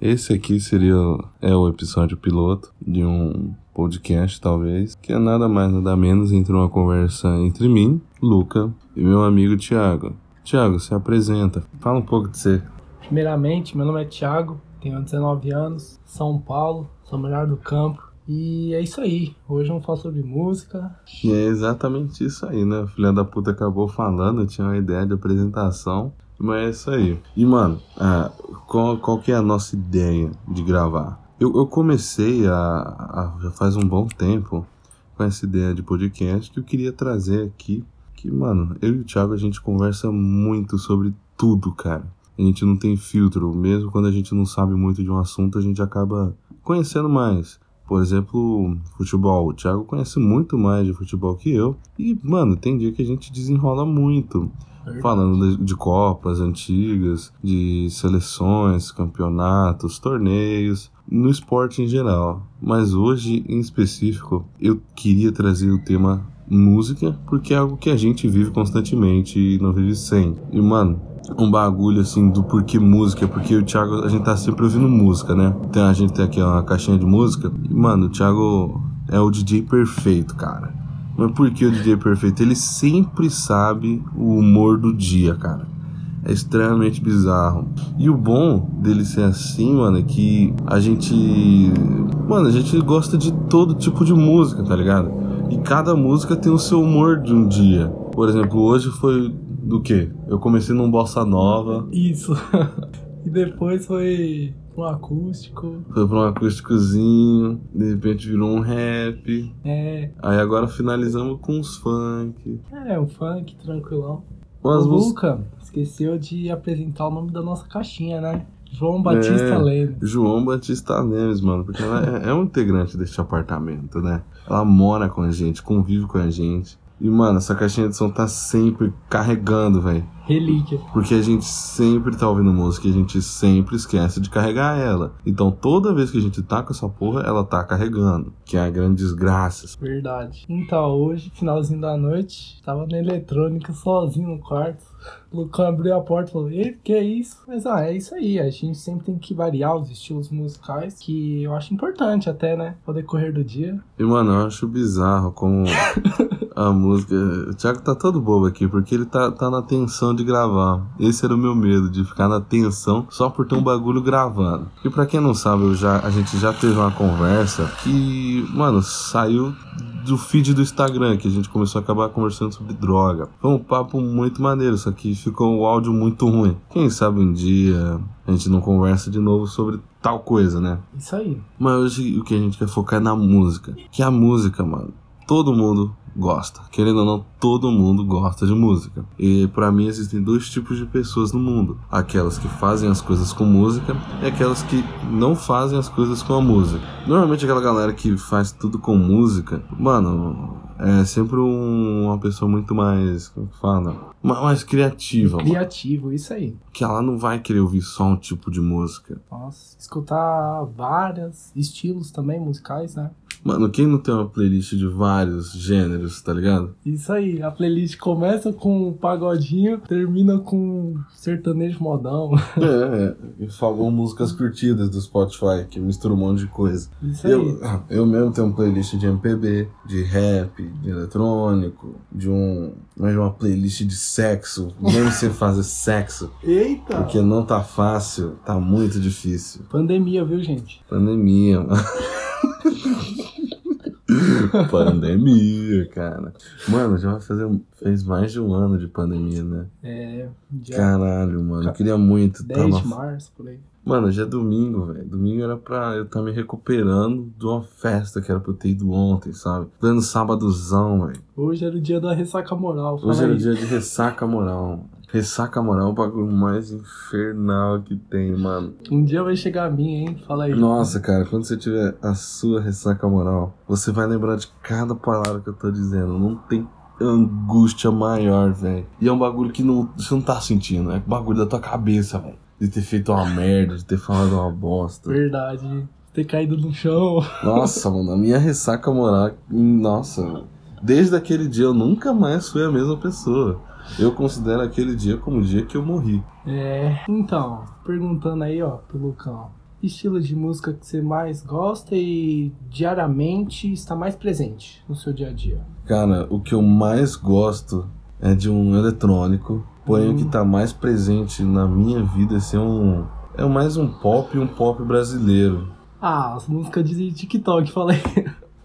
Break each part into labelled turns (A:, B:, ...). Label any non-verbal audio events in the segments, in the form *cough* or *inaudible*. A: Esse aqui seria é o episódio piloto de um podcast, talvez, que é nada mais nada menos entre uma conversa entre mim, Luca, e meu amigo Thiago. Thiago, se apresenta, fala um pouco de você.
B: Primeiramente, meu nome é Thiago, tenho 19 anos, São Paulo, sou melhor do campo. E é isso aí, hoje vamos falar sobre música.
A: E é exatamente isso aí, né? Filha da puta acabou falando, eu tinha uma ideia de apresentação, mas é isso aí. E, mano, ah, qual, qual que é a nossa ideia de gravar? Eu, eu comecei a, a, já faz um bom tempo com essa ideia de podcast que eu queria trazer aqui. Que, mano, eu e o Thiago a gente conversa muito sobre tudo, cara. A gente não tem filtro, mesmo quando a gente não sabe muito de um assunto, a gente acaba conhecendo mais. Por exemplo, futebol. O Thiago conhece muito mais de futebol que eu. E, mano, tem dia que a gente desenrola muito. Falando de, de, Copas antigas, de seleções, campeonatos, torneios, no esporte em geral. Mas hoje, em específico, eu queria trazer o tema música, porque é algo que a gente vive constantemente e não vive sem. E, mano, um bagulho assim do porquê música, porque o Thiago, a gente tá sempre ouvindo música, né? Então a gente tem aqui uma caixinha de música. E, mano, o Thiago é o DJ perfeito, cara. Mas por que o DJ perfeito? Ele sempre sabe o humor do dia, cara. É extremamente bizarro. E o bom dele ser assim, mano, é que a gente. Mano, a gente gosta de todo tipo de música, tá ligado? E cada música tem o seu humor de um dia. Por exemplo, hoje foi do quê? Eu comecei num bossa nova.
B: Isso. *laughs* e depois foi um acústico.
A: Foi pra um acústicozinho, de repente virou um rap.
B: É.
A: Aí agora finalizamos com uns funk.
B: É, um funk tranquilão.
A: Mas
B: o Luca esqueceu de apresentar o nome da nossa caixinha, né? João Batista é, Lemes.
A: João Batista Lemes, mano, porque ela é, é um integrante deste apartamento, né? Ela mora com a gente, convive com a gente. E, mano, essa caixinha de som tá sempre carregando, velho.
B: Relíquia.
A: Porque a gente sempre tá ouvindo música e a gente sempre esquece de carregar ela. Então, toda vez que a gente tá com essa porra, ela tá carregando. Que é a grande desgraça.
B: Verdade. Então, hoje, finalzinho da noite, tava na eletrônica sozinho no quarto. O Lucão abriu a porta e falou: Ei, que é isso? Mas ah, é isso aí. A gente sempre tem que variar os estilos musicais, que eu acho importante até, né? Ao decorrer do dia.
A: E, mano, eu acho bizarro como a música. O Thiago tá todo bobo aqui, porque ele tá, tá na tensão de gravar. Esse era o meu medo, de ficar na tensão só por ter um bagulho gravando. E para quem não sabe, eu já, a gente já teve uma conversa que, mano, saiu do feed do Instagram, que a gente começou a acabar conversando sobre droga. Foi um papo muito maneiro, só que ficou o áudio muito ruim. Quem sabe um dia a gente não conversa de novo sobre tal coisa, né?
B: Isso aí.
A: Mas hoje o que a gente quer focar é na música. Que a música, mano, todo mundo gosta. Querendo ou não, todo mundo gosta de música. E para mim existem dois tipos de pessoas no mundo: aquelas que fazem as coisas com música e aquelas que não fazem as coisas com a música. Normalmente aquela galera que faz tudo com música, mano, é sempre um, uma pessoa muito mais, como que fala, mais criativa.
B: Criativo, mano. isso aí.
A: Que ela não vai querer ouvir só um tipo de música.
B: Nossa, escutar vários estilos também musicais, né?
A: Mano, quem não tem uma playlist de vários gêneros, tá ligado?
B: Isso aí, a playlist começa com um pagodinho, termina com um sertanejo modão.
A: É, *laughs* é. e falou músicas curtidas do Spotify, que mistura um monte de coisa.
B: Isso
A: eu,
B: aí.
A: Eu mesmo tenho uma playlist de MPB, de rap, de eletrônico, de um. Mas uma playlist de sexo, mesmo sem fazer
B: *laughs*
A: sexo.
B: Eita!
A: Porque não tá fácil, tá muito difícil.
B: Pandemia, viu, gente?
A: Pandemia,
B: *laughs*
A: mano. pandemia, cara. Mano, já vai fazer. Fez mais de um ano de pandemia, né?
B: É. Já...
A: Caralho, mano. Eu queria muito. tá
B: 10 de uma... março, por aí.
A: Mano, já é domingo, velho. Domingo era pra eu estar tá me recuperando de uma festa que era pra eu ter ido ontem, sabe? Dando sábadozão, velho.
B: Hoje era o dia da ressaca moral,
A: Hoje era o dia de ressaca moral. Ressaca moral é o bagulho mais infernal que tem, mano.
B: Um dia vai chegar a mim, hein? Fala aí.
A: Nossa, cara, quando você tiver a sua ressaca moral, você vai lembrar de cada palavra que eu tô dizendo. Não tem angústia maior, velho. E é um bagulho que não, você não tá sentindo. É bagulho da tua cabeça, velho. De ter feito uma merda, de ter falado uma bosta.
B: Verdade. Ter caído no chão. *laughs*
A: Nossa, mano, a minha ressaca moral. Nossa, desde aquele dia eu nunca mais fui a mesma pessoa. Eu considero aquele dia como o dia que eu morri.
B: É. Então, perguntando aí, ó, pro Lucão. estilo de música que você mais gosta e diariamente está mais presente no seu dia a dia?
A: Cara, o que eu mais gosto é de um eletrônico. Porém,
B: Hum.
A: o que tá mais presente na minha vida é ser um. É mais um pop e um pop brasileiro.
B: Ah, as músicas de TikTok, falei.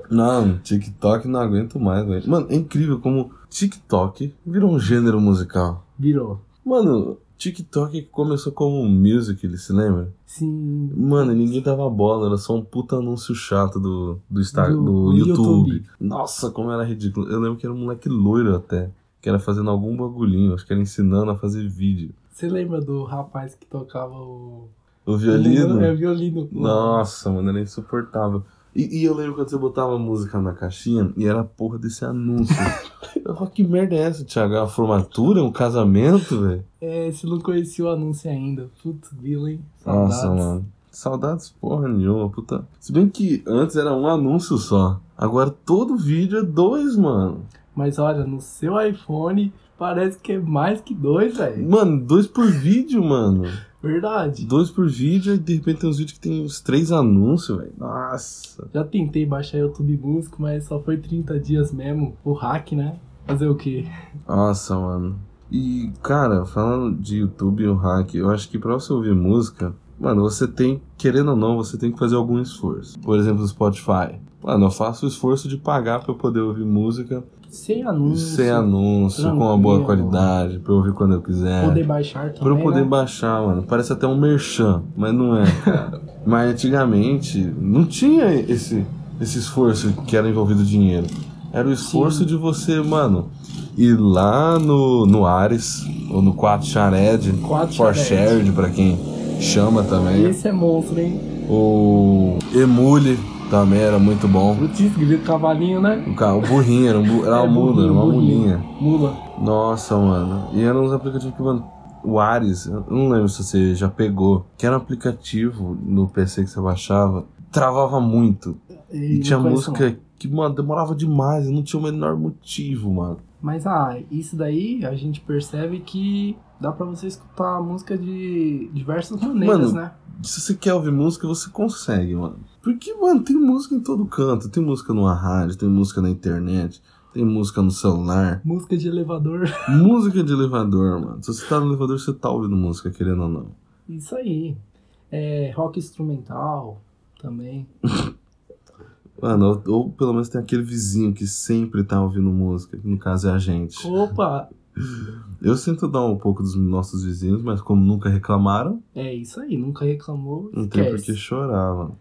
A: Não, TikTok não aguento mais, velho. Mano, é incrível como TikTok virou um gênero musical.
B: Virou.
A: Mano, TikTok começou como um music, ele se lembra?
B: Sim.
A: Mano, ninguém dava bola, era só um puta anúncio chato do, do, Insta,
B: Do-
A: do,
B: do
A: YouTube.
B: YouTube.
A: Nossa, como era ridículo. Eu lembro que era um moleque loiro até, que era fazendo algum bagulhinho, acho que era ensinando a fazer vídeo.
B: Você lembra do rapaz que tocava o.
A: O violino.
B: É, violino.
A: Nossa, mano, era insuportável. E, e eu lembro quando você botava a música na caixinha e era a porra desse anúncio. Eu falava, que merda é essa, Thiago? É uma formatura? É um casamento, velho?
B: É, você não conhecia o anúncio ainda. Putz, Vila, hein?
A: Nossa,
B: Saudades.
A: mano. Saudades porra nenhuma, puta. Se bem que antes era um anúncio só. Agora todo vídeo é dois, mano.
B: Mas olha, no seu iPhone parece que é mais que dois, velho.
A: Mano, dois por vídeo, mano.
B: Verdade.
A: Dois por vídeo e de repente tem uns vídeos que tem uns três anúncios, velho. Nossa.
B: Já tentei baixar YouTube Músico, mas só foi 30 dias mesmo. O hack, né? Fazer o quê?
A: Nossa, mano. E, cara, falando de YouTube e o hack, eu acho que pra você ouvir música, mano, você tem, querendo ou não, você tem que fazer algum esforço. Por exemplo, no Spotify. Mano, eu faço o esforço de pagar pra eu poder ouvir música
B: Sem anúncio.
A: sem anúncio, com uma
B: tranquilo.
A: boa qualidade, pra eu ouvir quando eu quiser.
B: Poder baixar
A: Pra eu
B: também,
A: poder
B: né?
A: baixar, mano. Parece até um merchan, mas não
B: *laughs*
A: é, cara. mas antigamente não tinha esse, esse esforço que era envolvido dinheiro. Era o esforço
B: Sim.
A: de você, mano, ir lá no, no Ares, ou no 4 Shared,
B: Quatro
A: 4
B: Shared.
A: Shared, pra quem chama também.
B: Esse é monstro, hein?
A: O Emule também era muito bom.
B: Putz, grito cavalinho, né?
A: O, ca- o burrinho era, um bu- era
B: É,
A: uma mula,
B: burrinho,
A: era uma
B: burrinho.
A: mulinha.
B: Mula.
A: Nossa, mano. E eram uns aplicativos que, mano. O Ares, eu não lembro se você já pegou, que era um aplicativo no PC que você baixava, travava muito. E, tinha
B: não conheço,
A: música que, mano, demorava demais, não tinha o menor motivo, mano.
B: Mas ah, isso daí a gente percebe que dá pra você escutar a música de diversas maneiras,
A: Mano,
B: né?
A: Se você quer ouvir música, você consegue, mano. Porque, mano, tem música em todo canto. Tem música numa rádio, tem música na internet, tem música no celular.
B: Música de elevador.
A: música de elevador, mano. Se você tá no elevador, você tá ouvindo música, querendo ou não.
B: *laughs* Isso aí. É, rock instrumental também.
A: Mano, ou, ou pelo menos tem aquele vizinho que sempre tá ouvindo música, que no caso é a gente.
B: Opa!
A: Eu sinto dar um pouco dos nossos vizinhos, mas como nunca reclamaram,
B: É isso aí, nunca reclamou.
A: não tem por que
B: esquece.
A: chorar, mano.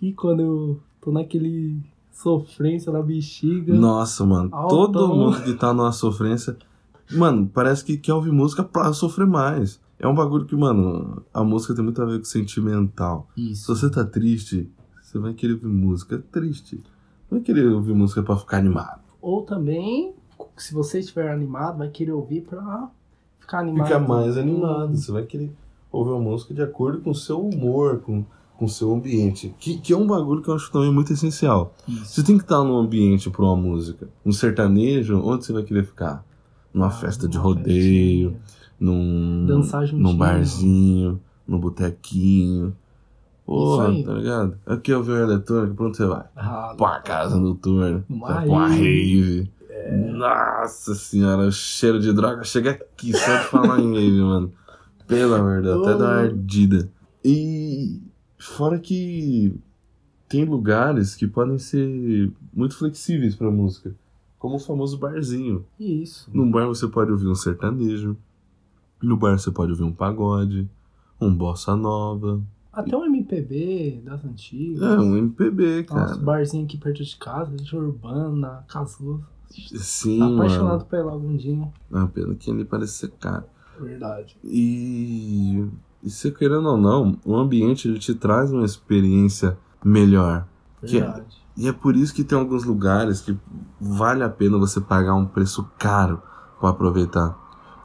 B: E quando eu tô naquele sofrência na bexiga.
A: Nossa, mano,
B: Altão.
A: todo mundo que tá numa sofrência. Mano, parece que quer ouvir música pra sofrer mais. É um bagulho que, mano, a música tem muito a ver com sentimental. Se
B: Isso.
A: você tá triste, você vai querer ouvir música triste. Não vai querer ouvir música pra ficar animado.
B: Ou também, se você estiver animado, vai querer ouvir pra ficar animado.
A: fica mais animado. Você vai querer ouvir uma música de acordo com o seu humor, com com o seu ambiente. Que, que é um bagulho que eu acho também muito essencial.
B: Isso.
A: Você tem que estar num ambiente pra uma música. Um sertanejo, onde você vai querer ficar?
B: Ah,
A: Numa festa de
B: Uma
A: rodeio,
B: festinha.
A: num,
B: Dançar
A: num
B: juntinho.
A: barzinho, num botequinho.
B: aí.
A: Porra, tá ligado? Aqui eu vi um eletrônico, pronto, você vai.
B: Ah,
A: Pra uma casa noturna,
B: Uma
A: pra uma
B: rave. É.
A: rave. Nossa senhora, o cheiro de droga chega aqui só de falar em rave, *laughs* mano. Pelo amor de Deus, até dá uma
B: Oh.
A: ardida. E fora que tem lugares que podem ser muito flexíveis pra música. Como o famoso barzinho.
B: Isso.
A: Num bar você pode ouvir um sertanejo. No bar você pode ouvir um pagode. Um bossa nova.
B: Até um MPB das antigas.
A: É, um MPB, cara.
B: Nossa, barzinho aqui perto de casa, de Urbana, Casuso.
A: Sim, mano.
B: Tá Apaixonado pela Gundinho.
A: Ah, pena que ele parece ser caro.
B: Verdade.
A: E, e se querendo ou não, o ambiente ele te traz uma experiência melhor. Que-
B: Verdade.
A: E é por isso que tem alguns lugares que vale a pena você pagar um preço caro pra aproveitar.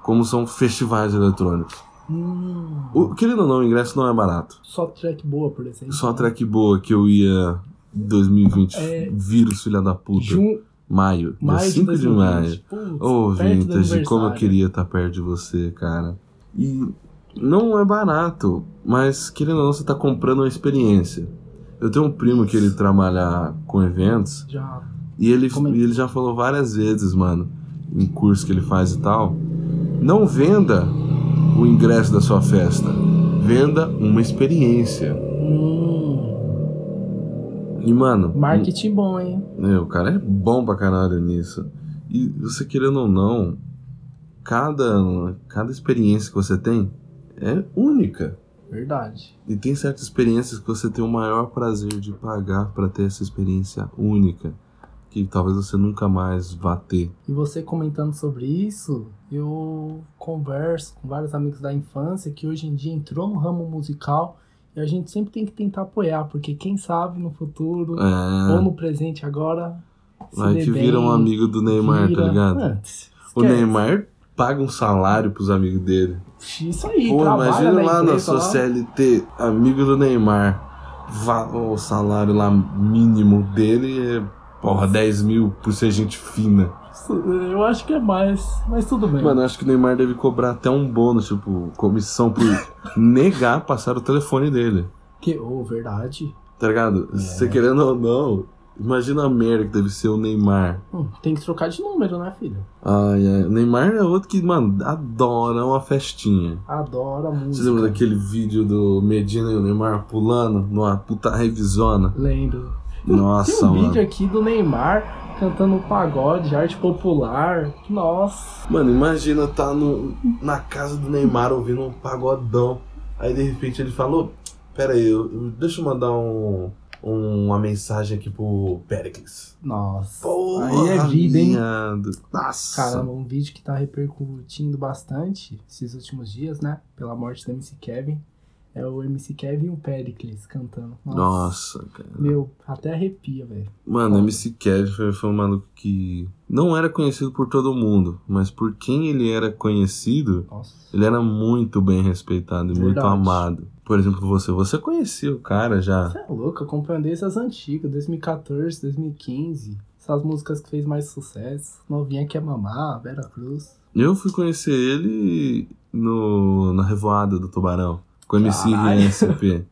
A: Como são festivais eletrônicos.
B: Hum.
A: O, querendo ou não, o ingresso não é barato.
B: Só track boa, por exemplo.
A: Só a track boa que eu ia 2020,
B: É.
A: vírus filha da puta.
B: Jun...
A: Maio, dia
B: Mais
A: 5 de maio.
B: Putz,
A: Ô, Vintage, como eu
B: perto do
A: tá
B: aniversário.
A: queria estar perto de você, cara. E não é barato, mas querendo ou não, você tá comprando uma experiência. Eu tenho um primo que ele trabalha com eventos
B: Já.
A: e ele,
C: Como é?
A: e ele já falou várias vezes, mano, em curso que ele faz e tal. Não venda o ingresso da sua festa, venda uma experiência.
C: Hum,
A: E, mano.
B: Marketing bom, hein?
A: É, o cara é bom pra caralho nisso. E você querendo ou não, cada, cada experiência que você tem é única.
B: Verdade.
A: E tem certas experiências que você tem o maior prazer de pagar pra ter essa experiência única. Que talvez você nunca mais vá ter.
B: E você comentando sobre isso, eu converso com vários amigos da infância que hoje em dia entrou no ramo musical e a gente sempre tem que tentar apoiar, porque quem sabe no futuro ou
A: É,
B: no presente agora se
A: vai
B: dê
A: que vira um
B: bem,
A: amigo do Neymar,
B: vira.
A: tá ligado?
C: é.
A: O
B: Esquece.
A: Neymar paga um salário pros amigos dele.
B: Isso aí,
A: Pô,
B: trabalha
A: imagina
B: na
A: lá na
B: empresa
A: sua
B: lá.
A: CLT, amigo do Neymar. Va- o salário lá mínimo dele é, porra, 10 mil por ser gente fina.
B: Eu acho que é mais, mas tudo bem.
A: Mano, acho que o Neymar deve cobrar até um bônus, tipo, comissão
B: *laughs*
A: por negar passar o telefone dele.
B: Que, ô, verdade.
A: Tá ligado?
B: É.
A: Você querendo ou não, imagina a merda que deve ser o Neymar.
B: Hum, tem que trocar de número, né, filho?
A: Ai, ai. O Neymar é outro que, mano, adora uma festinha.
B: Adora a
A: Você
B: música.
A: lembra daquele vídeo do Medina e o Neymar pulando numa puta revisona?
B: Lembro. Tem
A: Nossa,
B: um
A: mano.
B: vídeo aqui do Neymar cantando pagode, arte popular. Nossa.
A: Mano, imagina tá no, na casa do Neymar ouvindo um pagodão. Aí de repente ele falou: Pera aí, eu, eu- deixa eu mandar um, um- uma mensagem aqui pro Pericles.
B: Nossa.
A: Porra,
B: aí é vida, hein?
A: viado. Nossa.
B: Caramba, um vídeo que tá repercutindo bastante esses últimos dias, né? Pela morte do MC Kevin. É o MC Kevin e o Pericles cantando.
A: Nossa, cara.
B: Meu, até arrepia, velho.
A: Mano, MC Kevin foi, foi um maluco que não era conhecido por todo mundo, mas por quem ele era conhecido,
B: Nossa.
A: ele era muito bem respeitado e muito
B: Verdade.
A: amado. Por exemplo, você. Você conhecia o cara já.
B: Você é louco, eu acompanhei essas antigas, 2014, 2015. Essas músicas que fez mais sucesso. Novinha Quer Mamar, Vera Cruz.
A: Eu fui conhecer ele no, na Revoada do Tubarão, com o MC
B: Caralho.
A: RSP.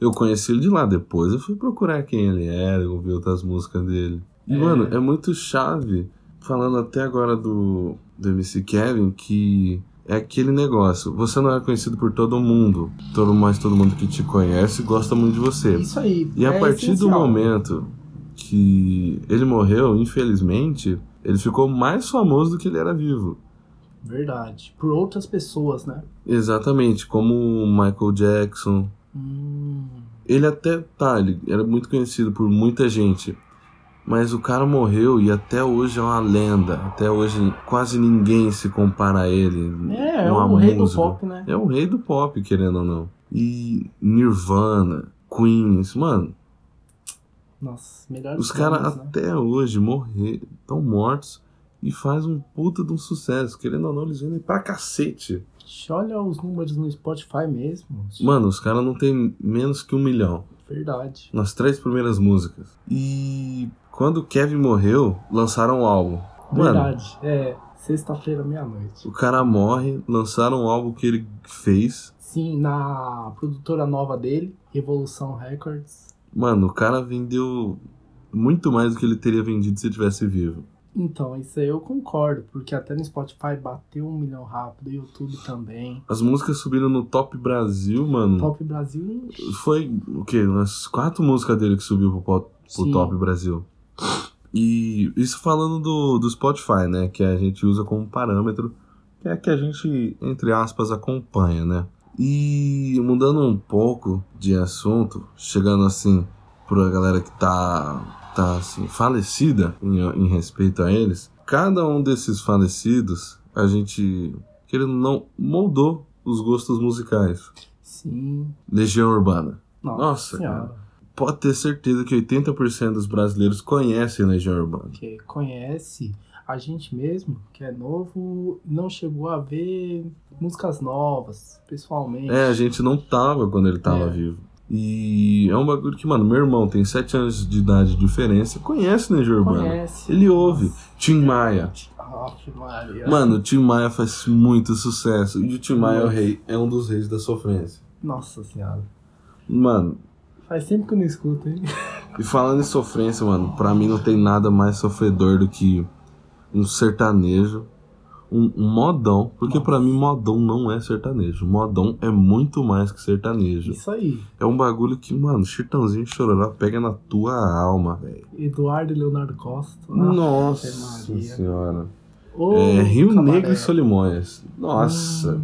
A: Eu conheci ele de lá, depois eu fui procurar quem ele era, ouvir outras músicas dele. E,
B: É.
A: mano, é muito chave, falando até agora do, do MC Kevin, que é aquele negócio, você não é conhecido por todo mundo, todo, mas todo mundo que te conhece gosta muito de você.
B: Isso aí.
A: E a
B: é
A: partir do
B: essencial.
A: momento que ele morreu, infelizmente, ele ficou mais famoso do que ele era vivo.
B: Verdade. Por outras pessoas, né?
A: Exatamente, como o Michael Jackson.
B: Hum.
A: Ele até tá, ele era muito conhecido por muita gente. Mas o cara morreu e até hoje é uma lenda. Até hoje quase ninguém se compara a ele.
B: É, é
A: numa
B: o rei do
A: Hum, música.
B: pop, né?
A: É o rei do pop, querendo ou não. E Nirvana, Queens, mano,
B: Nossa, melhor
A: os caras
B: né?
A: até hoje morrer, estão mortos e faz um puta de um sucesso. Querendo ou não, eles vendem pra cacete.
B: Ixi, Olha os números no Spotify mesmo.
A: Mano, os caras não tem menos que um milhão.
B: Verdade.
A: nas três primeiras músicas. E quando o Kevin morreu, lançaram um álbum. Mano,
B: Verdade. É, sexta-feira, meia-noite.
A: o cara morre, lançaram um álbum que ele fez.
B: Sim, na produtora nova dele, Revolução Records.
A: Mano, o cara vendeu muito mais do que ele teria vendido se ele tivesse vivo.
B: Então, isso aí eu concordo, porque até no Spotify bateu um milhão rápido, YouTube também.
A: As músicas subiram no Top Brasil, mano.
B: Top Brasil,
A: Foi o quê? Umas quatro músicas dele que subiu pro, po- pro
B: Sim.
A: Top Brasil. E isso falando do, do Spotify, né? Que a gente usa como parâmetro, que é que a gente, entre aspas, acompanha, né? E mudando um pouco de assunto, chegando assim pra galera que tá, tá assim, falecida em, em respeito a eles, cada um desses falecidos, a gente, querendo ou não, moldou os gostos musicais.
B: sim.
A: Legião Urbana.
B: Nossa,
A: Nossa,
B: senhora.
A: Pode ter certeza que 80% dos brasileiros conhecem Legião Urbana.
B: que conhece a gente mesmo, que é novo, não chegou a ver músicas novas, pessoalmente.
A: É, a gente não tava quando ele tava
B: É.
A: vivo. E é um bagulho que, mano, meu irmão tem 7 anos de idade de diferença, conhece Legião Urbana.
B: conhece.
A: Ele ouve. Tim Maia.
B: Ah, Aff, Maria.
A: Mano, o Tim Maia faz muito sucesso. E o Tim Maia é, o rei, é um dos reis da sofrência.
B: Nossa senhora.
A: Mano,
B: Faz tempo que eu não escuto, hein?
A: e falando em sofrência, mano, pra mim não tem nada mais sofredor do que um sertanejo, um, um modão. Porque pra mim, modão não é sertanejo. Modão é muito mais que sertanejo.
B: Isso aí.
A: É um bagulho que, mano, Chitãozinho e Chororó pega na tua alma, velho.
B: Eduardo e Leonardo Costa.
A: Nossa
B: Maria.
A: senhora.
B: Ô, Hum.
A: É, Rio
B: cabaré.
A: Negro e Solimões. Nossa.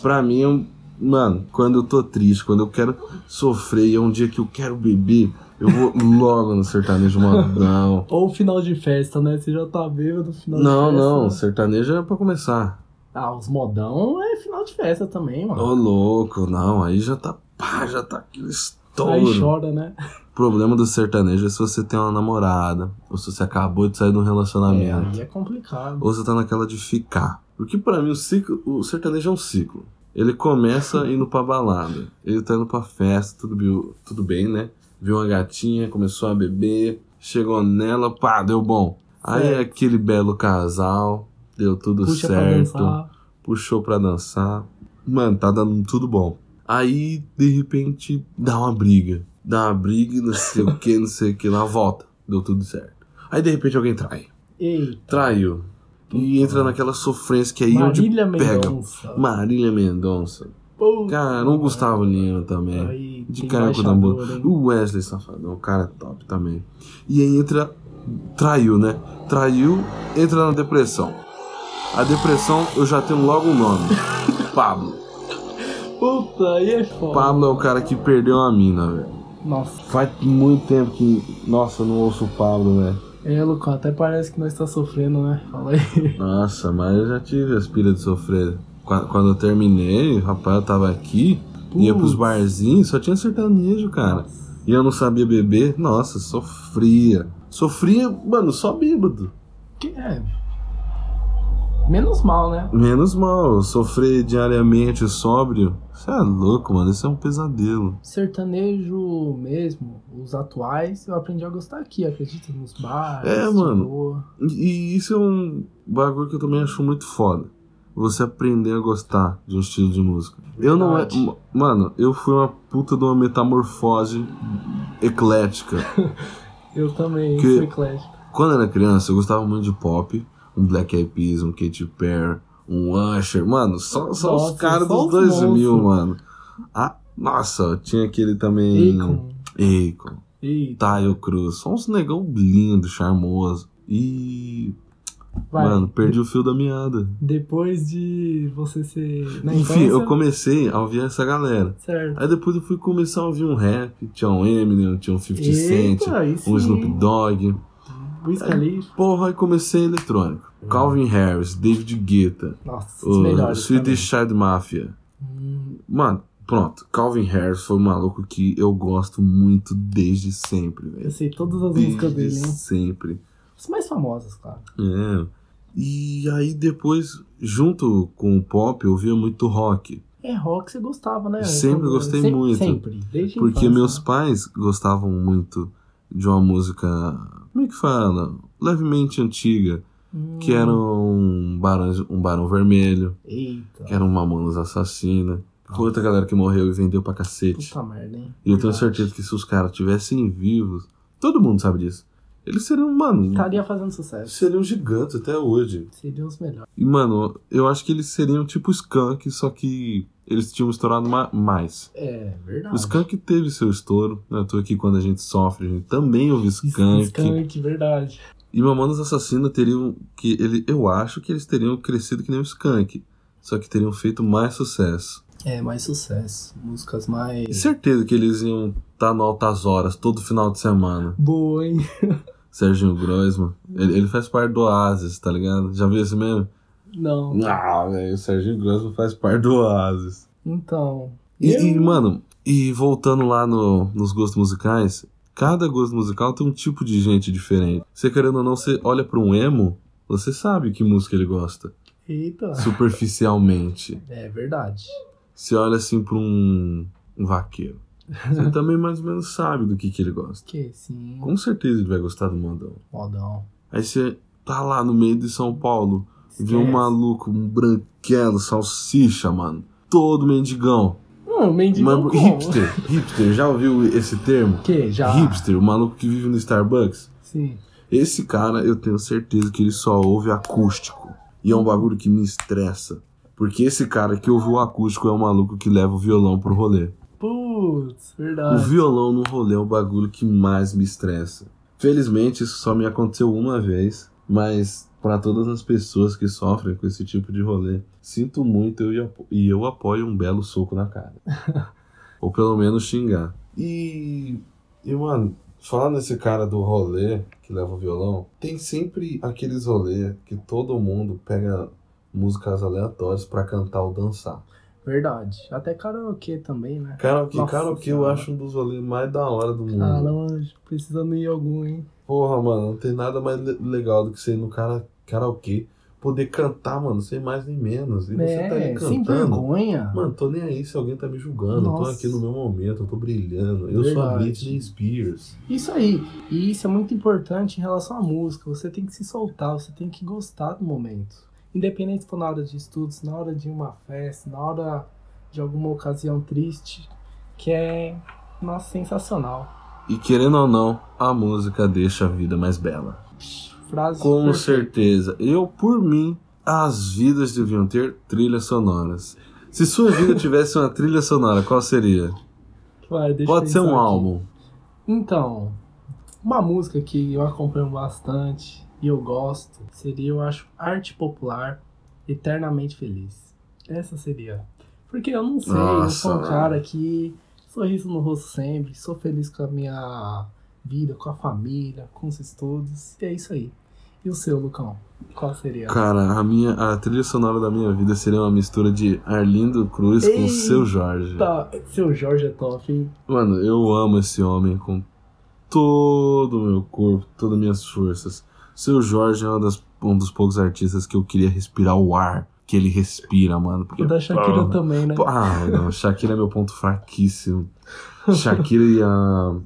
A: Pra mim, eu- mano, quando eu tô triste, quando eu quero sofrer e é um dia que eu quero beber, eu vou logo no sertanejo modão.
B: Ou final de festa, né? Você já tá bêbado final
A: Não,
B: de festa.
A: não,
B: né?
A: sertanejo é pra começar.
B: Ah, os modão é final de festa também,
A: Ô,
B: mano.
A: louco, não, aí já tá pá, já tá aquele
B: Ah. Aí
A: estouro.
B: chora, né?
A: O problema do sertanejo é se você tem uma namorada, ou se você acabou de sair de um
B: É,
A: relacionamento.
B: aí é complicado.
A: ou você tá naquela de ficar. Porque pra mim o ciclo, o sertanejo é um ciclo. Ele começa
B: *laughs*
A: indo pra balada, ele tá indo pra festa, tudo, bi- tudo bem, né? Viu uma gatinha, começou a beber, chegou nela, pá, deu bom. Aí é
B: Certo.
A: aquele belo casal, deu tudo
B: Puxa pra
A: certo,
B: dançar.
A: puxou pra dançar. Mano, tá dando tudo bom. Aí, de repente, dá uma briga. Dá uma briga, não sei o que, não sei o que, lá volta, deu tudo certo. Aí, de repente, alguém trai
B: Ei,
A: traiu. E entra naquela sofrência que aí onde
B: Marília
A: pega.
B: Mendonça.
A: Marília Mendonça.
B: Puta
A: Cara, o Gustavo Lima também.
B: Aí,
A: De
B: tem
A: cara com o
B: embaixador,
A: tambor.
B: hein?
A: O Wesley Safadão, o cara é top também. E aí entra. Traiu, né? Traiu, entra na depressão. A depressão eu já tenho logo o nome.
B: *laughs*
A: Pablo.
B: Puta, aí é foda.
A: Pablo é o cara que perdeu a mina, velho.
B: Nossa,
A: Faz muito tempo que. Nossa, eu não ouço o Pablo, né?
B: é, Lucão, até parece que nós tá sofrendo, né? Fala aí.
A: Nossa, mas eu já tive as pilhas de sofrer. Qua- Quando eu terminei, rapaz, eu tava aqui, ia é pros
B: Putz.
A: barzinhos, só tinha sertanejo, cara. E eu não sabia beber, nossa, sofria. Sofria, mano, só bêbado.
B: Que é. Menos mal, né?
A: Menos mal, sofrer diariamente sóbrio. Você é louco, mano, isso é um pesadelo.
B: Sertanejo mesmo, os atuais, eu aprendi a gostar aqui, acredita? Nos bares.
A: É,
B: de
A: mano.
B: boa.
A: E, e isso é um bagulho que eu também acho muito foda. Você aprender a gostar de um estilo de música. Eu não é.
B: Verdade.
A: m- Mano, eu fui uma puta de uma metamorfose eclética.
B: Eu também,
A: Que-
B: sou eclético.
A: Quando eu era criança, eu gostava muito de pop. Um Black Eyed Peas, um Katy Perry, um Usher. Mano, só, só
B: Nossa,
A: os caras
B: só
A: dos
B: os
A: 2000,
B: monstros.
A: mano. Ah, nossa, tinha aquele também...
B: Bacon.
A: Akon.
B: Eita,
A: Tayo Cruz. Só uns negão lindo, charmoso. E...
B: vai.
A: Mano, perdi o fio da meada.
B: Depois de você ser. Na
A: Enfim, eu
B: infância,
A: comecei a ouvir essa galera.
B: Certo.
A: Aí depois eu fui começar a ouvir um rap. Tinha um Eminem, tinha um 50 Cent,
B: Eita, aí sim.
A: um Snoop Dogg.
B: Wiz Khalifa.
A: Porra, aí comecei eletrônico. Calvin Harris, David Guetta,
B: Nossa, os
A: o
B: melhores.
A: Swedish Child Mafia.
B: também. Hum,
A: Mano, pronto. Calvin Harris foi um maluco que eu gosto muito desde sempre,
B: eu
A: velho.
B: sei todas as músicas
A: Desde
B: dele, né? hein?
A: sempre.
B: As mais famosas, claro.
A: É. E aí depois, junto com o pop, eu ouvia muito rock.
B: É rock você gostava, né?
A: Eu sempre
B: Eu-
A: gostei
B: sempre-
A: muito.
B: Sempre, desde a
A: Porque
B: infância.
A: meus pais gostavam muito de uma música. Como é que fala? Levemente antiga.
B: Hum,
A: Que era um barão, um barão vermelho.
B: Eita.
A: Que era um Mamonas Assassina. que Foi outra galera que morreu e vendeu pra cacete.
B: Puta merda, hein?
A: E eu tenho
B: Verdade.
A: certeza que se os caras tivessem vivos, todo mundo sabe disso. Eles seriam, mano.
B: Estaria fazendo sucesso.
A: Seriam gigantes até hoje.
B: Seriam os melhores.
A: E, mano, eu acho que eles seriam tipo Skunk, só que eles tinham estourado ma- mais.
B: É, verdade.
A: O Skunk teve seu estouro. né? Eu tô aqui quando a gente sofre, a gente também ouve Skunk.
B: Skunk, verdade.
A: E Mamonas Assassina teriam que. Ele, eu acho que eles teriam crescido que nem o Skunk. Só que teriam feito mais sucesso.
B: É, mais sucesso. Músicas
A: E
B: mais.
A: certeza que eles iam estar no Altas Horas todo final de semana.
B: Boa, hein?
A: Serginho Groisman. Ele, ele faz parte do Oasis, tá ligado? Já viu esse mesmo?
B: Não.
A: Ah, velho, o Serginho Groisman faz parte do Oasis.
B: Então.
A: E,
B: eu-
A: e, mano, e voltando lá no, nos gostos musicais, cada gosto musical tem um tipo de gente diferente. Você querendo ou não, você olha pra um emo, você sabe que música ele
B: *laughs*
A: gosta,
B: Eita.
A: superficialmente.
B: É verdade.
A: Você olha assim pra um, um vaqueiro.
B: *laughs*
A: Você também mais ou menos sabe do que, que ele gosta.
B: Que sim.
A: Com certeza ele vai gostar do Mandão.
B: Modão.
A: Aí você tá lá no meio de São Paulo, Vi um maluco, um branquelo, salsicha, mano. Todo mendigão.
B: Não, mendigão
A: Mas,
B: como?
A: hipster, hipster, já ouviu esse termo?
B: é um Que? Já?
A: Hipster, o maluco que vive no Starbucks.
B: Sim.
A: Esse cara, eu tenho certeza que ele só ouve acústico. E é um bagulho que me estressa. Porque esse cara que ouve o acústico é o maluco que leva o violão pro rolê.
B: Putz,
A: O
B: verdade.
A: violão no rolê é o bagulho que mais me estressa. Felizmente, isso só me aconteceu uma vez, mas pra todas as pessoas que sofrem com esse tipo de rolê, sinto muito eu e apo- e eu apoio um belo soco na
B: *laughs*
A: cara. Ou pelo menos xingar. E, e mano, falando desse cara do rolê que leva o violão, tem sempre aqueles rolê que todo mundo pega músicas aleatórias pra cantar ou dançar.
B: Verdade. Até karaokê também, né?
A: Karaokê,
B: Nossa
A: karaokê eu
B: Senhora. Ah,
A: acho um dos rolês mais da hora do mundo.
B: Caramba, precisando ir algum, hein?
A: Porra, mano, não tem nada mais le- legal do que você ir no cara, karaokê, poder cantar, mano, sem mais nem menos. E você tá ali
B: É, sem
A: cantando.
B: vergonha.
A: Mano, tô nem aí se alguém tá me julgando. Eu tô
B: Nossa.
A: aqui no meu momento, eu tô brilhando. Eu sou a
B: Verdade.
A: Britney Spears.
B: Isso aí. E isso é muito importante em relação à música. Você tem que se soltar, você tem que gostar do momento. Independente se for na hora de estudos, na hora de uma festa, na hora de alguma ocasião triste, que é, nossa, sensacional.
A: E querendo ou não, a música deixa a vida mais bela.
B: Frase
A: Com
B: perfeita.
A: certeza. Eu, por mim, as vidas deviam ter trilhas sonoras. Se sua
B: *laughs*
A: vida tivesse uma trilha sonora, qual seria?
B: Vai, deixa eu
A: Pode ser
B: pensar
A: um
B: aqui.
A: álbum.
B: Então, uma música que eu acompanho bastante e eu gosto seria, eu acho, Arte Popular Eternamente Feliz. Essa seria. Porque eu não sei, eu sou um
A: Nossa,
B: cara que sorriso no rosto sempre, sou feliz com a minha vida, com a família, com os estudos. E é isso aí. E o seu, Lucão? Qual seria?
A: Cara, a minha a trilha sonora da minha vida seria uma mistura de Arlindo Cruz com
B: Eita!
A: Seu Jorge.
B: Tá, seu Jorge é top, hein?
A: Mano, eu amo esse homem com todo o meu corpo, todas as minhas forças. Seu Jorge é uma das- um dos poucos artistas que eu queria respirar o ar que ele respira, mano. Porque,
B: O da Shakira
A: porra,
B: também, né?
A: Ah, não, Shakira é meu ponto fraquíssimo. Shakira e a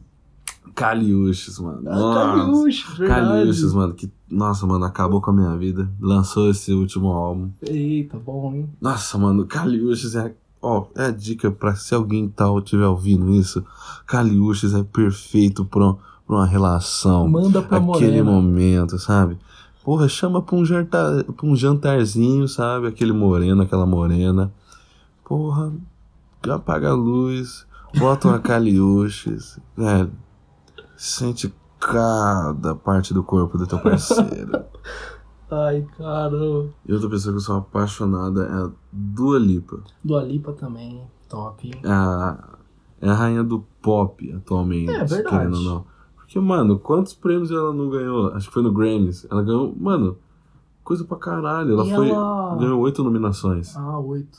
A: Caliuches, mano.
B: Ah,
A: Nossa.
B: Caliuches, verdade.
A: Caliuches, mano, que, nossa, mano, acabou com a minha vida. Lançou esse último álbum.
B: Eita, bom, hein?
A: Nossa, mano, Caliuches é. Ó, é a dica pra se alguém tal estiver ouvindo isso. Caliuches é perfeito pra, um- pra uma relação.
B: Manda pra
A: aquele
B: Morena.
A: momento, sabe? Porra, chama pra um, jantar, pra um jantarzinho, sabe? Aquele moreno, aquela morena. Porra, apaga a luz, bota uma Caliuches, *laughs* velho. Sente cada parte do corpo do teu parceiro.
B: *laughs* Ai, cara.
A: E outra pessoa que eu sou apaixonada é a Dua Lipa.
B: Dua Lipa também, top. hein?
A: a, é a rainha do pop atualmente.
B: É, verdade.
A: Querendo ou não. Porque, mano, quantos prêmios ela não ganhou? Acho que foi no Grammys. Ela ganhou, mano, coisa pra caralho. Ela
B: e
A: foi.
B: ela...
A: Ganhou oito nominações.
B: Ah, oito.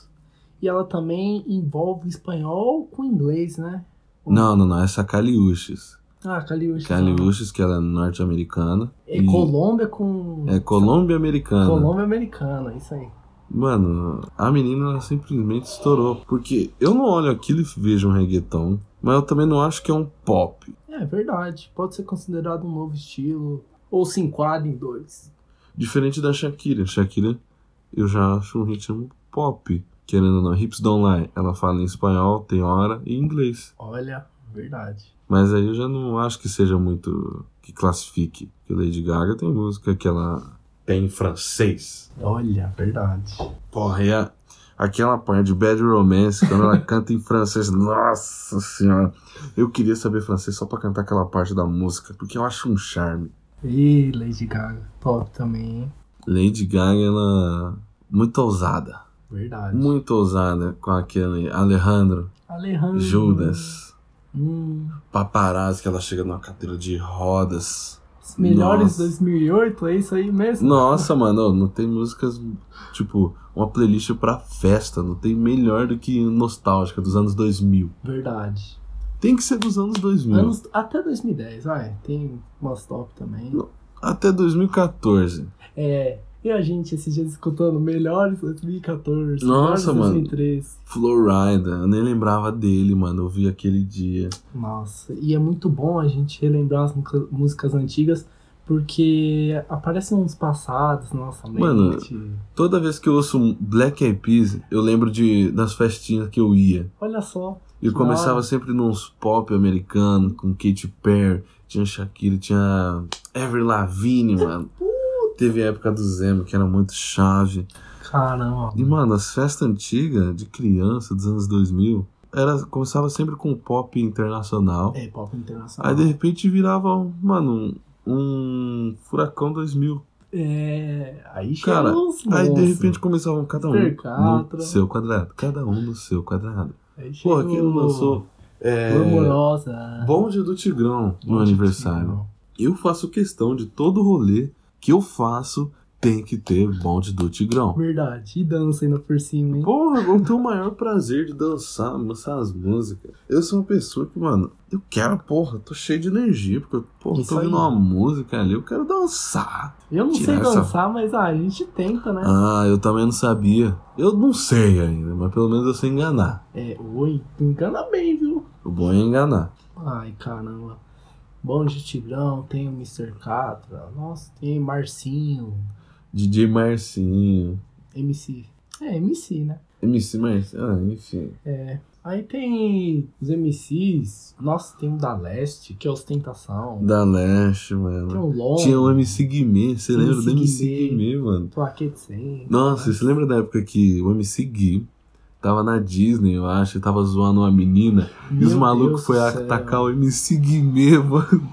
B: E ela também envolve espanhol com inglês, né?
A: Não, não, não. Essa é a Caliuches.
B: Ah, Caliuches.
A: Caliuches, que ela é norte-americana.
B: É Colômbia com...
A: É Colômbia-americana.
B: Colômbia americana, isso aí.
A: Mano, a menina ela simplesmente estourou. Porque eu não olho aquilo e vejo um reggaeton. Mas eu também não acho que é um pop.
B: É verdade, pode ser considerado um novo estilo. Ou se enquadra em dois.
A: Diferente da Shakira. Shakira, eu já acho um ritmo pop. Querendo ou não, Hips Don't Lie. Ela fala em espanhol, tem hora, e inglês.
B: Olha, verdade.
A: Mas aí eu já não acho que seja muito... Que classifique. Porque Lady Gaga tem música que ela... Tem em francês.
B: Olha, verdade.
A: Porra, e a- aquela parte de Bad Romance, quando ela canta em francês. Nossa senhora. Eu queria saber francês só pra cantar aquela parte da música. Porque eu acho um charme.
B: E Lady Gaga, top também, hein?
A: Lady Gaga, ela... Muito ousada.
B: Verdade.
A: muito ousada com aquele Alejandro,
B: Alejandro.
A: Judas,
B: Hum.
A: paparazzi que ela chega numa cadeira de rodas.
B: Os melhores
A: Nossa.
B: 2008, é isso aí mesmo?
A: Nossa, mano, não tem músicas tipo uma playlist pra festa, não tem melhor do que nostálgica dos anos 2000.
B: Verdade.
A: Tem que ser dos anos 2000.
B: Anos, até 2010, vai. Tem umas top também.
A: Não. Até 2014.
B: É. E a gente esses dias escutando melhores
A: Nossa,
B: 2014, melhores
A: mano.
B: 2013.
A: Florida, eu nem lembrava dele, mano. Eu vi aquele dia.
B: Nossa, e é muito bom a gente relembrar as música- músicas antigas, Porque aparecem uns passados, nossa, mente.
A: Mano, Toda vez que eu ouço um Black Eyed Peas, eu lembro de, das festinhas que eu ia.
B: Olha só.
A: E
B: Que
A: começava
B: hora.
A: sempre nos pop americano, com Katy Perry, tinha Shakira, tinha Avril Lavigne, mano. Teve a época do Zemo, que era muito chave.
B: Caramba.
A: E, mano, as festas antigas, de criança, dos anos 2000, era, começava sempre com pop internacional.
B: É, pop internacional.
A: Aí, de repente, virava, mano, um, um Furacão 2000.
B: É. Aí
A: Cara,
B: chegou os
A: Aí, de
B: monstros.
A: repente, começavam cada um
B: Percatra.
A: no seu quadrado. Cada um no seu quadrado.
B: Aí chegou.
A: Porra, quem não lançou... É...
B: Glamourosa.
A: Bonde do Tigrão no aniversário. Eu faço questão de todo rolê que eu faço tem que ter bonde do Tigrão.
B: tipo, Verdade. E dança ainda por cima, hein?
A: Porra, eu tenho o maior prazer de dançar, dançar as músicas. Eu sou uma pessoa que, mano, eu quero, porra, tô cheio de energia, porque, porra,
B: Isso
A: tô
B: aí.
A: ouvindo uma música ali, eu quero dançar.
B: Eu não sei
A: Tira essa-
B: dançar, mas ah, a gente tenta, né?
A: Ah, eu também não sabia. Eu não sei ainda, mas pelo menos eu sei enganar.
B: É, oi, tu engana bem, viu?
A: O bom é enganar.
B: Ai, caramba. Bom de Tigrão, tem o Mr. Catra, nossa, tem Marcinho,
A: DJ Marcinho,
B: MC. É, MC, né?
A: MC Marcinho, ah, enfim.
B: Aí tem os MCs, nossa, tem o da Leste, que é ostentação.
A: Da Leste, mano.
B: Tem o Long,
A: Tinha o MC Guimê, você lembra do MC
B: MC
A: Guimê, mano?
B: Plaquete 100.
A: Nossa, você lembra da época que o MC Gui tava na Disney, eu acho, e tava zoando uma menina, e os malucos foi atacar o MC Guimê, *laughs* mano.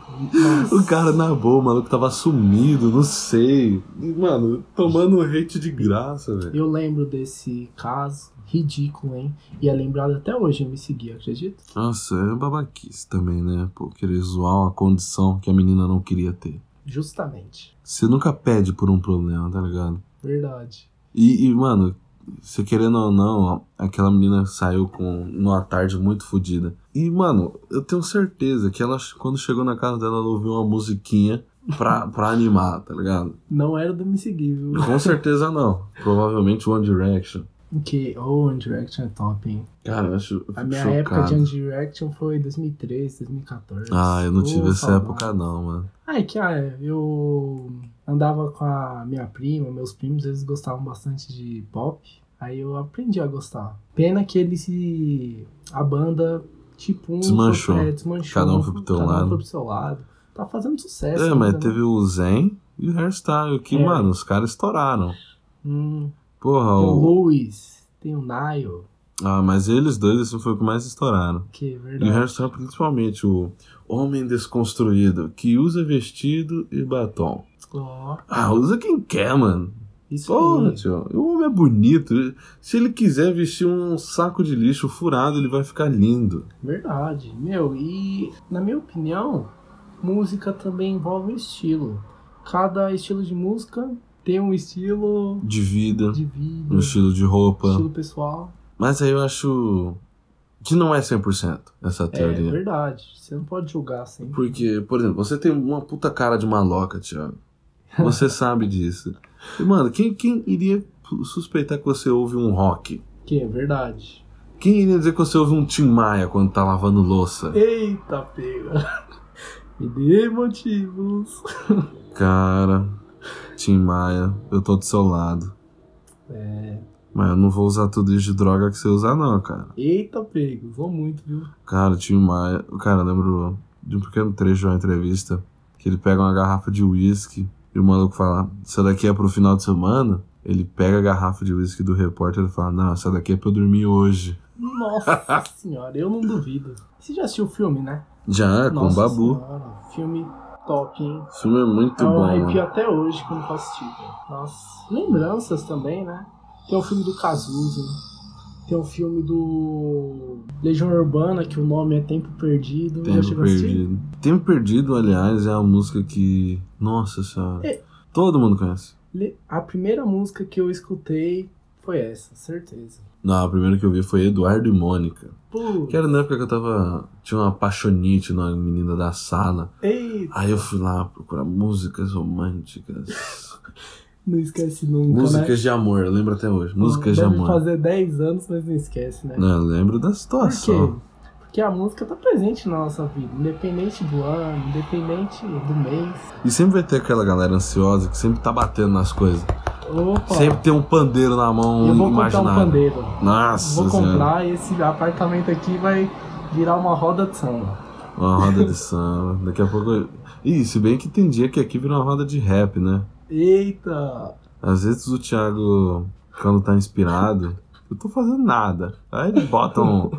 A: O cara na boa, o maluco tava sumido, não sei. E, Mano, tomando hate de graça, velho.
B: Eu lembro desse caso ridículo, hein? E é lembrado até hoje, MC Gui, acredito.
A: Nossa, é babaquice também, né? Pô, querer zoar uma condição que a menina não queria ter.
B: Justamente.
A: Você nunca pede por um problema, tá ligado?
B: Verdade.
A: E, e, mano, se querendo ou não, aquela menina saiu com numa tarde muito fodida. E, mano, eu tenho certeza que ela, quando chegou na casa dela, ela ouviu uma musiquinha
B: *laughs*
A: pra, pra animar, tá ligado?
B: Não era do MC Gui, viu?
A: Com certeza não. Provavelmente One Direction.
B: Que, oh, One Direction é top, hein?
A: Cara, eu acho. eu
B: A
A: fico
B: minha
A: chocado.
B: época de One Direction foi 2003, 2014.
A: Ah, eu não
B: Ô,
A: tive essa
B: saudade.
A: época, não, mano.
B: Ah, é que ah, eu andava com a minha prima, meus primos, eles gostavam bastante de pop. Aí eu aprendi a gostar. Pena que eles se. A banda, tipo, um.
A: Desmanchou.
B: é, desmanchou.
A: Cada um foi pro teu
B: cada
A: lado.
B: Um foi pro seu lado. Tá fazendo sucesso.
A: É,
B: ainda,
A: mas
B: né?
A: teve o Zen e o Hairstyle, que,
B: É.
A: mano, os caras estouraram.
B: Hum,
A: Porra,
B: Tem o
A: o...
B: Louis, tem o Nile,
A: ah, mas eles dois, isso foi o que mais estouraram.
B: que é
A: E o
B: verdade.
A: resto é principalmente o homem desconstruído, que usa vestido e batom.
B: Ó,
A: Ah, usa quem quer, mano.
B: isso
A: Porra,
B: aí.
A: tio. O homem é bonito. Se ele quiser vestir um saco de lixo furado, ele vai ficar lindo.
B: Verdade. Meu, e na minha opinião, música também envolve um estilo. Cada estilo de música tem um estilo
A: De vida,
B: de vida,
A: no estilo de roupa.
B: estilo pessoal.
A: Mas aí eu acho que não é 100% essa
B: É
A: teoria.
B: verdade. Você não pode julgar assim. sempre.
A: Porque, Tá por exemplo, você tem uma puta cara de maloca, Thiago.
B: *laughs*
A: Você sabe disso. E, mano, quem, quem iria suspeitar que você ouve um rock?
B: Que é verdade.
A: Quem iria dizer que você ouve um Tim Maia quando tá lavando louça?
B: Eita, pega. *laughs* Me dê motivos.
A: Cara, Tim Maia, eu tô do seu lado.
B: É.
A: Mas eu não vou usar tudo isso de droga que você usa, não, cara.
B: Eita, pego. Vou muito, viu?
A: Cara, Tim Maia. Cara, eu lembro de um pequeno trecho de uma entrevista que ele pega uma garrafa de uísque e o maluco fala: Isso daqui é pro final de semana? Ele pega a garrafa de uísque do repórter e fala: Não, essa daqui é pra eu dormir hoje. *laughs*
B: Nossa senhora, eu não duvido. Você já assistiu o filme, né?
A: Já, É com o
B: Nossa
A: Babu.
B: Senhora, filme top, hein?
A: O filme é muito
B: É um
A: bom, mano.
B: arrepio até hoje quando eu assisti. velho. Nossa. Lembranças também, né? Tem o filme do Cazuza, né? Tem o filme do Legião Urbana, que o nome é Tempo Perdido. Já
A: Tempo
B: chegou a assistir?
A: Perdido. Tempo Perdido, aliás, é uma música que. Nossa senhora.
B: É.
A: Todo mundo conhece.
B: Le- A primeira música que eu escutei foi essa, certeza.
A: Não, a primeira que eu vi foi Eduardo e Mônica.
B: Pô,
A: Que era na época que eu tava. Tinha uma paixonite na menina da sala.
B: eita,
A: Aí eu fui lá procurar músicas românticas.
B: não esquece nunca, né? Então,
A: músicas de amor, eu lembro até hoje. Músicas de
B: Deve
A: amor.
B: fazer 10 anos, mas não esquece, né?
A: Não, eu lembro da
B: Por
A: situação.
B: quê? Porque a música tá presente na nossa vida, independente do ano, independente do mês.
A: E sempre vai ter aquela galera ansiosa que sempre tá batendo nas coisas.
B: Opa,
A: Sempre tem um pandeiro na mão
B: eu vou comprar um
A: imaginário.
B: pandeiro.
A: Nossa
B: vou
A: senhora.
B: comprar e esse apartamento aqui vai virar uma roda de samba.
A: Uma roda de samba. Daqui a pouco. eu- Ih, se bem que tem dia que aqui vira uma roda de rap, né?
B: Eita!
A: Às vezes o Thiago, quando tá inspirado, eu tô fazendo nada. Aí ele bota um,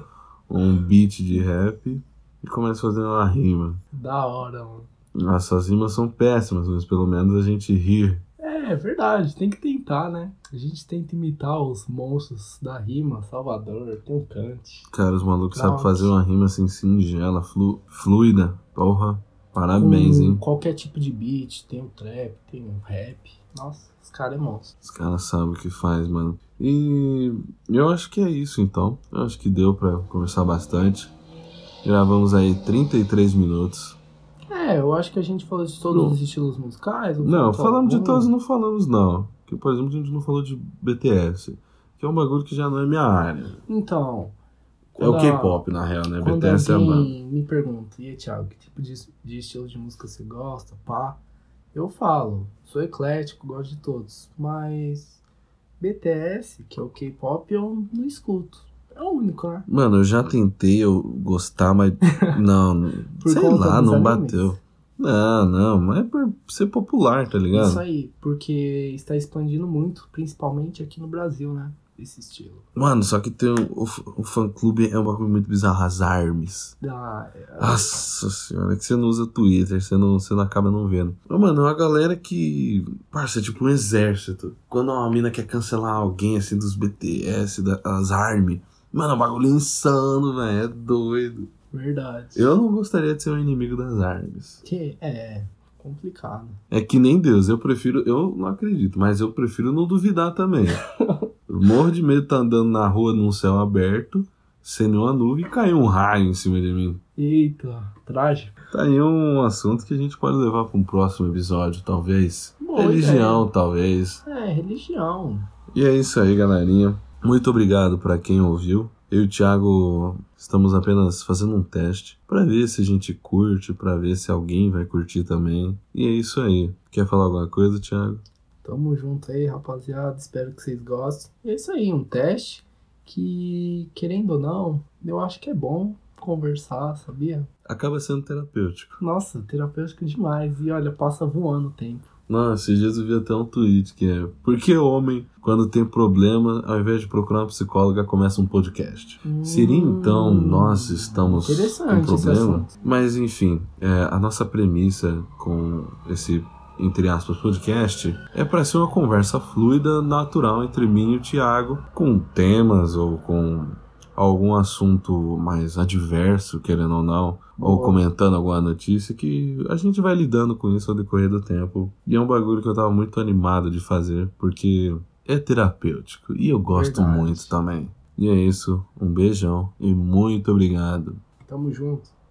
A: um beat de rap e começa fazendo uma rima.
B: Da hora, mano.
A: Nossas rimas são péssimas, mas pelo menos a gente ri.
B: É, é verdade, tem que tentar, né? A gente tenta imitar os monstros da rima, Salvador, tem um o Kant.
A: Cara, os malucos
B: Nossa.
A: sabem fazer uma rima assim singela, flu, fluida. Porra, parabéns,
B: Com
A: hein?
B: Qualquer tipo de beat, tem o trap, tem o rap. Nossa, esse cara é monstro.
A: Os caras sabem o que faz, mano. E eu acho que é isso então. Eu acho que deu pra conversar bastante. Gravamos aí 33 minutos.
B: É, eu acho que a gente falou de todos
A: Não.
B: os estilos musicais. ou
A: Não,
B: faltou
A: falamos de
B: algum?
A: todos, não falamos não. Que, por exemplo, a gente não falou de BTS, que é um bagulho que já não é minha área.
B: Então.
A: É o
B: quando a-
A: K-pop, na real, né?
B: Quando
A: BTS é a banda.
B: alguém me pergunta, e aí, Thiago, que tipo de, de estilo de música você gosta, pá? Eu falo, sou eclético, gosto de todos, mas BTS, que é o K-pop, eu não escuto. É o único, né?
A: Mano, eu já tentei eu gostar,
B: *laughs*
A: mas não,
B: Por
A: sei
B: conta
A: lá,
B: dos
A: não
B: animes.
A: bateu. Não, não, mas é por ser popular, tá ligado?
B: Isso aí, porque está expandindo muito, principalmente aqui no Brasil, né? Esse estilo.
A: Mano, só que tem o, o, o fã clube é um bagulho muito bizarro, as armes.
B: Da,
A: Nossa senhora, é que você não usa Twitter, você não, você não acaba não vendo. Ô, mano, é uma galera que. Parça, é tipo um exército. Quando uma mina quer cancelar alguém assim dos BTS, da- das armes. Mano, é um bagulho insano, velho. É doido.
B: verdade.
A: Eu não gostaria de ser um inimigo das armes.
B: Que é complicado.
A: É que nem Deus, eu prefiro. Eu não acredito, mas eu prefiro não duvidar também. Eu Morro de medo de tá andando na rua num céu aberto, sem nenhuma nuvem, e cair um raio em cima de mim.
B: Eita, trágico.
A: Tá aí um assunto que a gente pode levar pra um próximo episódio, talvez.
B: Boa
A: Religião, talvez.
B: É, religião.
A: E é isso aí, galerinha. Muito obrigado pra quem ouviu. Eu e o Thiago estamos apenas fazendo um teste pra ver se a gente curte, pra ver se alguém vai curtir também. E é isso aí. Quer falar alguma coisa, Thiago?
B: Tamo junto aí, rapaziada. Espero que vocês gostem. E é isso aí, um teste que, querendo ou não, eu acho que é bom conversar, sabia?
A: Acaba sendo terapêutico.
B: Nossa, terapêutico demais. E olha, passa voando o tempo.
A: Nossa, esses dias eu vi até um tweet que é Por que homem, quando tem problema, ao invés de procurar uma psicóloga, começa um podcast? Seria então
B: Hum,
A: nós estamos com
B: Interessante esse
A: problema?
B: assunto.
A: Mas enfim, é, a nossa premissa com esse, entre aspas, podcast é para ser uma conversa fluida, natural entre mim e o Thiago, com temas ou com algum assunto mais adverso, querendo ou não, ou
B: Boa.
A: comentando alguma notícia, que a gente vai lidando com isso ao decorrer do tempo. E é um bagulho que eu tava muito animado de fazer, porque é terapêutico e eu gosto
B: Verdade.
A: muito também. E é isso, um beijão e muito obrigado.
B: Tamo junto.